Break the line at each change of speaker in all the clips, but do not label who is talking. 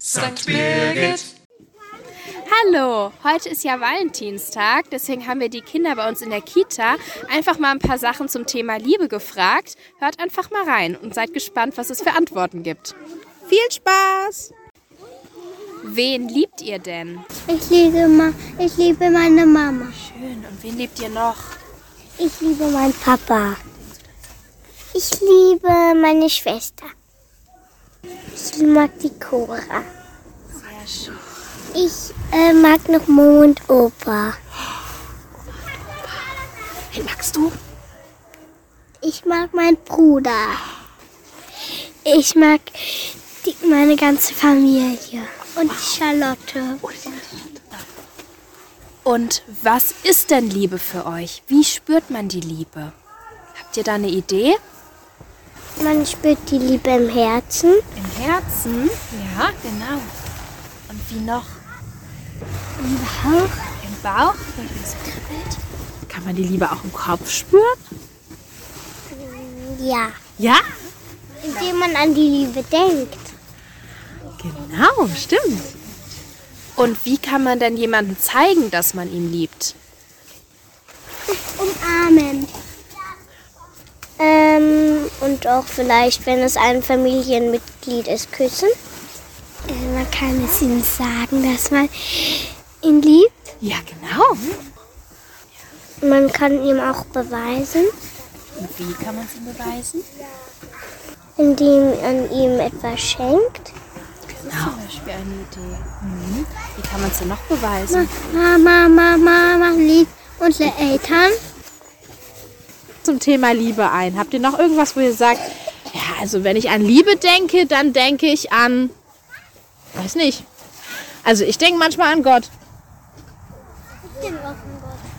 St. Birgit.
Hallo, heute ist ja Valentinstag, deswegen haben wir die Kinder bei uns in der Kita einfach mal ein paar Sachen zum Thema Liebe gefragt. Hört einfach mal rein und seid gespannt, was es für Antworten gibt.
Viel Spaß!
Wen liebt ihr denn?
Ich liebe, Ma ich liebe meine Mama.
Schön, und wen liebt ihr noch?
Ich liebe meinen Papa. Ich liebe meine Schwester. Ich mag die Cora.
Sehr schön.
Ich äh, mag noch Mo und Opa.
Wen magst du?
Ich mag meinen Bruder. Ich mag die, meine ganze Familie. Und die Charlotte.
Und was ist denn Liebe für euch? Wie spürt man die Liebe? Habt ihr da eine Idee?
Man spürt die Liebe im Herzen.
Im Herzen? Ja, genau. Und wie noch? Im Bauch. Im Bauch? Wenn es kribbelt?
Kann man die Liebe auch im Kopf spüren?
Ja.
Ja,
Indem man an die Liebe denkt.
genau, stimmt.
Und wie kann man denn jemandem zeigen, dass man ihn liebt?
Umarmen. Ähm, und auch vielleicht, wenn es ein Familienmitglied ist, küssen. Äh, Man kann es ihm sagen, dass man ihn liebt.
Ja, genau.
Man kann ihm auch beweisen,
Und wie kann man es ihm beweisen?
indem man ihm etwas schenkt.
Das ist zum Beispiel eine Idee. Mhm. Wie kann man es denn noch beweisen?
Mama, Mama, Mama liebt unsere Eltern.
Zum Thema Liebe ein. Habt ihr noch irgendwas, wo ihr sagt, ja, also wenn ich an Liebe denke, dann denke ich an, weiß nicht. Also ich denke manchmal an Gott.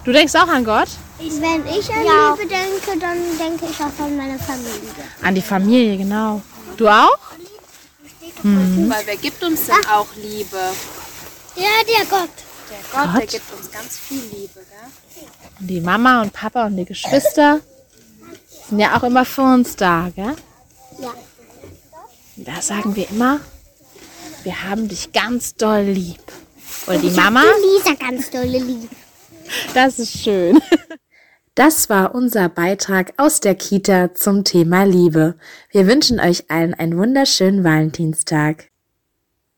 Du denkst auch an Gott?
Wenn ich an Liebe denke, dann denke ich auch an meine Familie.
An die Familie, genau. Du auch?
Weil wer gibt uns denn auch Liebe?
Ja, der Gott.
Der Gott, der
Gott?
gibt uns ganz viel Liebe, gell?
Und die Mama und Papa und die Geschwister sind ja auch immer für uns da, gell?
Ja.
Und Da sagen wir immer, wir haben dich ganz doll lieb. Und die Mama,
Lisa ganz dolle Liebe.
das ist schön.
Das war unser Beitrag aus der Kita zum Thema Liebe. Wir wünschen euch allen einen wunderschönen Valentinstag.